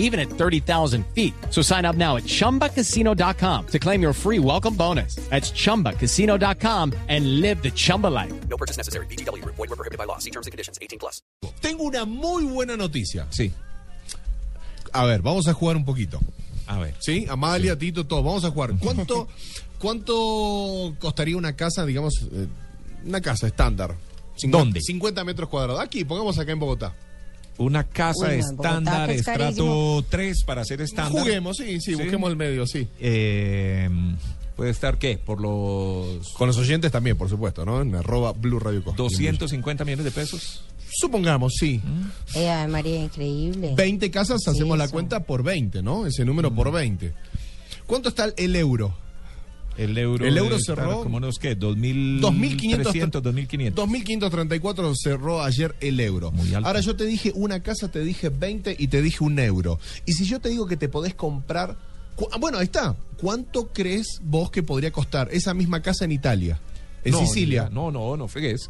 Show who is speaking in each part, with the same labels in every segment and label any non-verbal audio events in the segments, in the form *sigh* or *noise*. Speaker 1: even at 30,000 feet. So sign up now at ChumbaCasino.com to claim your free welcome bonus. That's ChumbaCasino.com and live the Chumba life.
Speaker 2: No purchase necessary. BGW. Void were prohibited by law. See terms and conditions. 18 plus.
Speaker 3: Tengo una muy buena noticia.
Speaker 4: Sí.
Speaker 3: A ver, vamos a jugar un poquito.
Speaker 4: A ver.
Speaker 3: ¿Sí? Amalia, Tito, todo. Vamos a jugar. ¿Cuánto, *laughs* cuánto costaría una casa, digamos, eh, una casa estándar? Cincuenta-
Speaker 4: ¿Dónde?
Speaker 3: 50 metros cuadrados. Aquí, pongamos acá en Bogotá.
Speaker 4: Una casa
Speaker 5: Uy, no, en Bogotá,
Speaker 4: estándar,
Speaker 5: que es
Speaker 4: estrato
Speaker 5: carísimo.
Speaker 4: 3 para ser estándar.
Speaker 3: Juguemos, sí, sí,
Speaker 4: Sí.
Speaker 3: busquemos el medio, sí.
Speaker 4: Eh, puede estar, ¿qué? Por los
Speaker 3: Con los oyentes también, por supuesto, ¿no? En arroba Blue Radio Co.
Speaker 4: 250 millones de pesos.
Speaker 3: Supongamos, sí.
Speaker 5: Eh, Ave María, increíble.
Speaker 3: 20 casas,
Speaker 5: Sí,
Speaker 3: hacemos la
Speaker 5: eso.
Speaker 3: cuenta por 20, ¿no? Ese número por 20. ¿Cuánto está el- el euro?
Speaker 4: El euro,
Speaker 3: El euro
Speaker 4: debe estar
Speaker 3: cerró-
Speaker 4: como unos, ¿qué? 2.000,
Speaker 3: 2.500,
Speaker 4: 2.500.
Speaker 3: 2.534 cerró ayer el euro.
Speaker 4: Muy alto.
Speaker 3: Ahora yo te dije una casa, te dije 20 y te dije un euro. Y si yo te digo que te podés comprar... cu- ah, Bueno, ahí está. ¿Cuánto crees vos que podría costar esa misma casa en Italia? En
Speaker 4: No,
Speaker 3: Sicilia.
Speaker 4: ni- No, no, no fregues.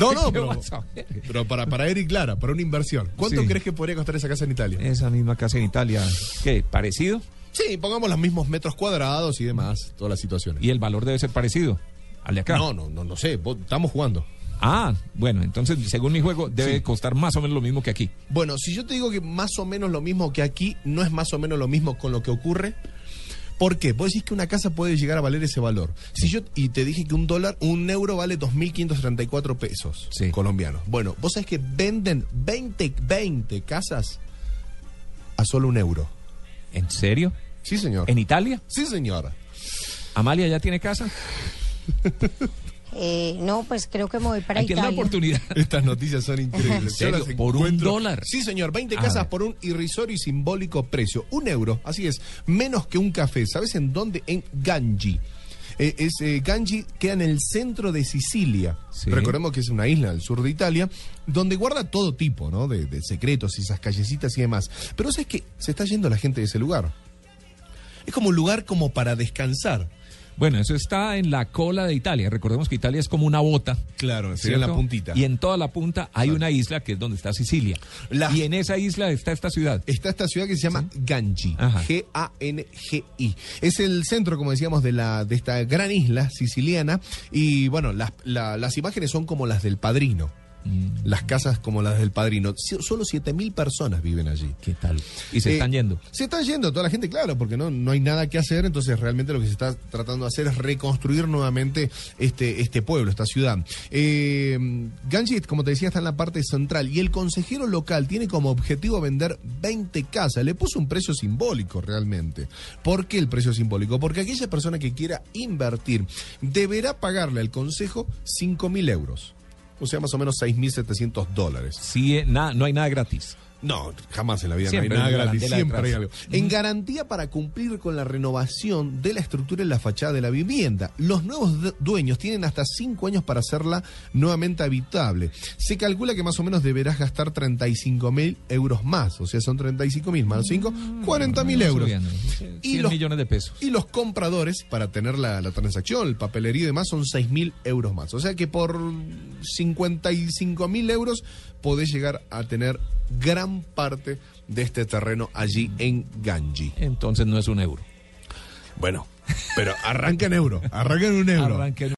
Speaker 3: No, no,
Speaker 4: *laughs* ¿Qué
Speaker 3: pero,
Speaker 4: vas a ver?
Speaker 3: pero para, para Eric Clara, para una inversión. ¿Cuánto
Speaker 4: Sí. Eh.
Speaker 3: crees que podría costar esa casa en Italia?
Speaker 4: Esa misma casa en Italia. ¿Qué? ¿Parecido?
Speaker 3: Sí, pongamos los mismos metros cuadrados y demás, todas las situaciones.
Speaker 4: Y el valor debe ser parecido al de acá.
Speaker 3: No, no, no, no sé, vos- estamos jugando.
Speaker 4: Ah, bueno, entonces, según mi juego, debe
Speaker 3: Sí.
Speaker 4: costar más o menos lo mismo que aquí.
Speaker 3: Bueno, si yo te digo que más o menos lo mismo que aquí, no es más o menos lo mismo con lo que ocurre. ¿Por qué? Vos decís que una casa puede llegar a valer ese valor. Si yo y te dije que un dólar, un euro vale 2.534 pesos
Speaker 4: Sí.
Speaker 3: colombianos. Bueno, vos sabés que venden 20, 20 casas a solo un euro.
Speaker 4: ¿En serio?
Speaker 3: Sí, señor.
Speaker 4: ¿En Italia?
Speaker 3: Sí, señora.
Speaker 4: ¿Amalia ya tiene casa?
Speaker 5: Eh, no, pues creo que me voy para
Speaker 4: Ahí tiene la
Speaker 5: Italia.
Speaker 4: oportunidad. *laughs*
Speaker 3: Estas noticias son increíbles.
Speaker 4: ¿En
Speaker 3: Yo
Speaker 4: serio?
Speaker 3: las
Speaker 4: ¿Por un
Speaker 3: encuentro-
Speaker 4: dólar? Ah.
Speaker 3: Sí, señor. 20
Speaker 4: A
Speaker 3: casas
Speaker 4: ver.
Speaker 3: por un irrisorio y simbólico precio. Un euro, así es. Menos que un café. ¿Sabes en dónde? En Ganji. Eh, es, eh, Ganji queda en el centro de Sicilia.
Speaker 4: Sí.
Speaker 3: Recordemos que es una isla del sur de Italia, donde guarda todo tipo ¿no? de, de secretos y esas callecitas y demás. Pero es que se está yendo la gente de ese lugar. Es como un lugar como para descansar.
Speaker 4: Bueno, eso está en la cola de Italia. Recordemos que Italia es como una bota.
Speaker 3: Claro, sería en la puntita.
Speaker 4: Y en toda la punta hay una isla que es donde está Sicilia.
Speaker 3: La- Eh,
Speaker 4: Y en esa isla está esta ciudad.
Speaker 3: Está esta ciudad que se llama Ganji,
Speaker 4: Ajá.
Speaker 3: G-A-N-G-I. Es el centro, como decíamos, de, la, de esta gran isla siciliana. Y bueno, las, la- las imágenes son como las del padrino.
Speaker 4: Mm.
Speaker 3: Las casas como las del padrino. Si- Solo 7.000 personas viven allí.
Speaker 4: ¿Qué tal? Y se
Speaker 3: Eh,
Speaker 4: están yendo.
Speaker 3: Se están yendo toda la gente, claro, porque no, no hay nada que hacer, entonces realmente lo que se está tratando de hacer es reconstruir nuevamente este, este pueblo, esta ciudad. Eh, Ganges, como te decía, está en la parte central y el consejero local tiene como objetivo vender 20 casas. Le puso un precio simbólico realmente. ¿Por qué el precio simbólico? Porque aquella persona que quiera invertir deberá pagarle al consejo 5.000 euros. O sea, más o menos 6.700 dólares.
Speaker 4: Sí, eh, na- no hay nada gratis.
Speaker 3: No, jamás en la vida
Speaker 4: Siempre
Speaker 3: no
Speaker 4: hay
Speaker 3: hay
Speaker 4: una
Speaker 3: nada gratis.
Speaker 4: garantela
Speaker 3: Siempre hay
Speaker 4: detrás.
Speaker 3: algo. En garantía para cumplir con la renovación de la estructura y la fachada de la vivienda. Los nuevos du- dueños tienen hasta cinco años para hacerla nuevamente habitable. Se calcula que más o menos deberás gastar 35 mil euros más. O sea, son 35 mil más 5, 40 mil
Speaker 4: Vamos
Speaker 3: euros.
Speaker 4: subiendo.
Speaker 3: Y
Speaker 4: 100
Speaker 3: los-
Speaker 4: millones de pesos.
Speaker 3: Y los compradores, para tener la, la transacción, el papelerío y demás, son 6 mil euros más. O sea que por 55 mil euros podés llegar a tener gran parte de este terreno allí en Ganji.
Speaker 4: Entonces no es un euro.
Speaker 3: *laughs* Bueno, pero arranca en euro, arranca en un euro.
Speaker 4: Arranque-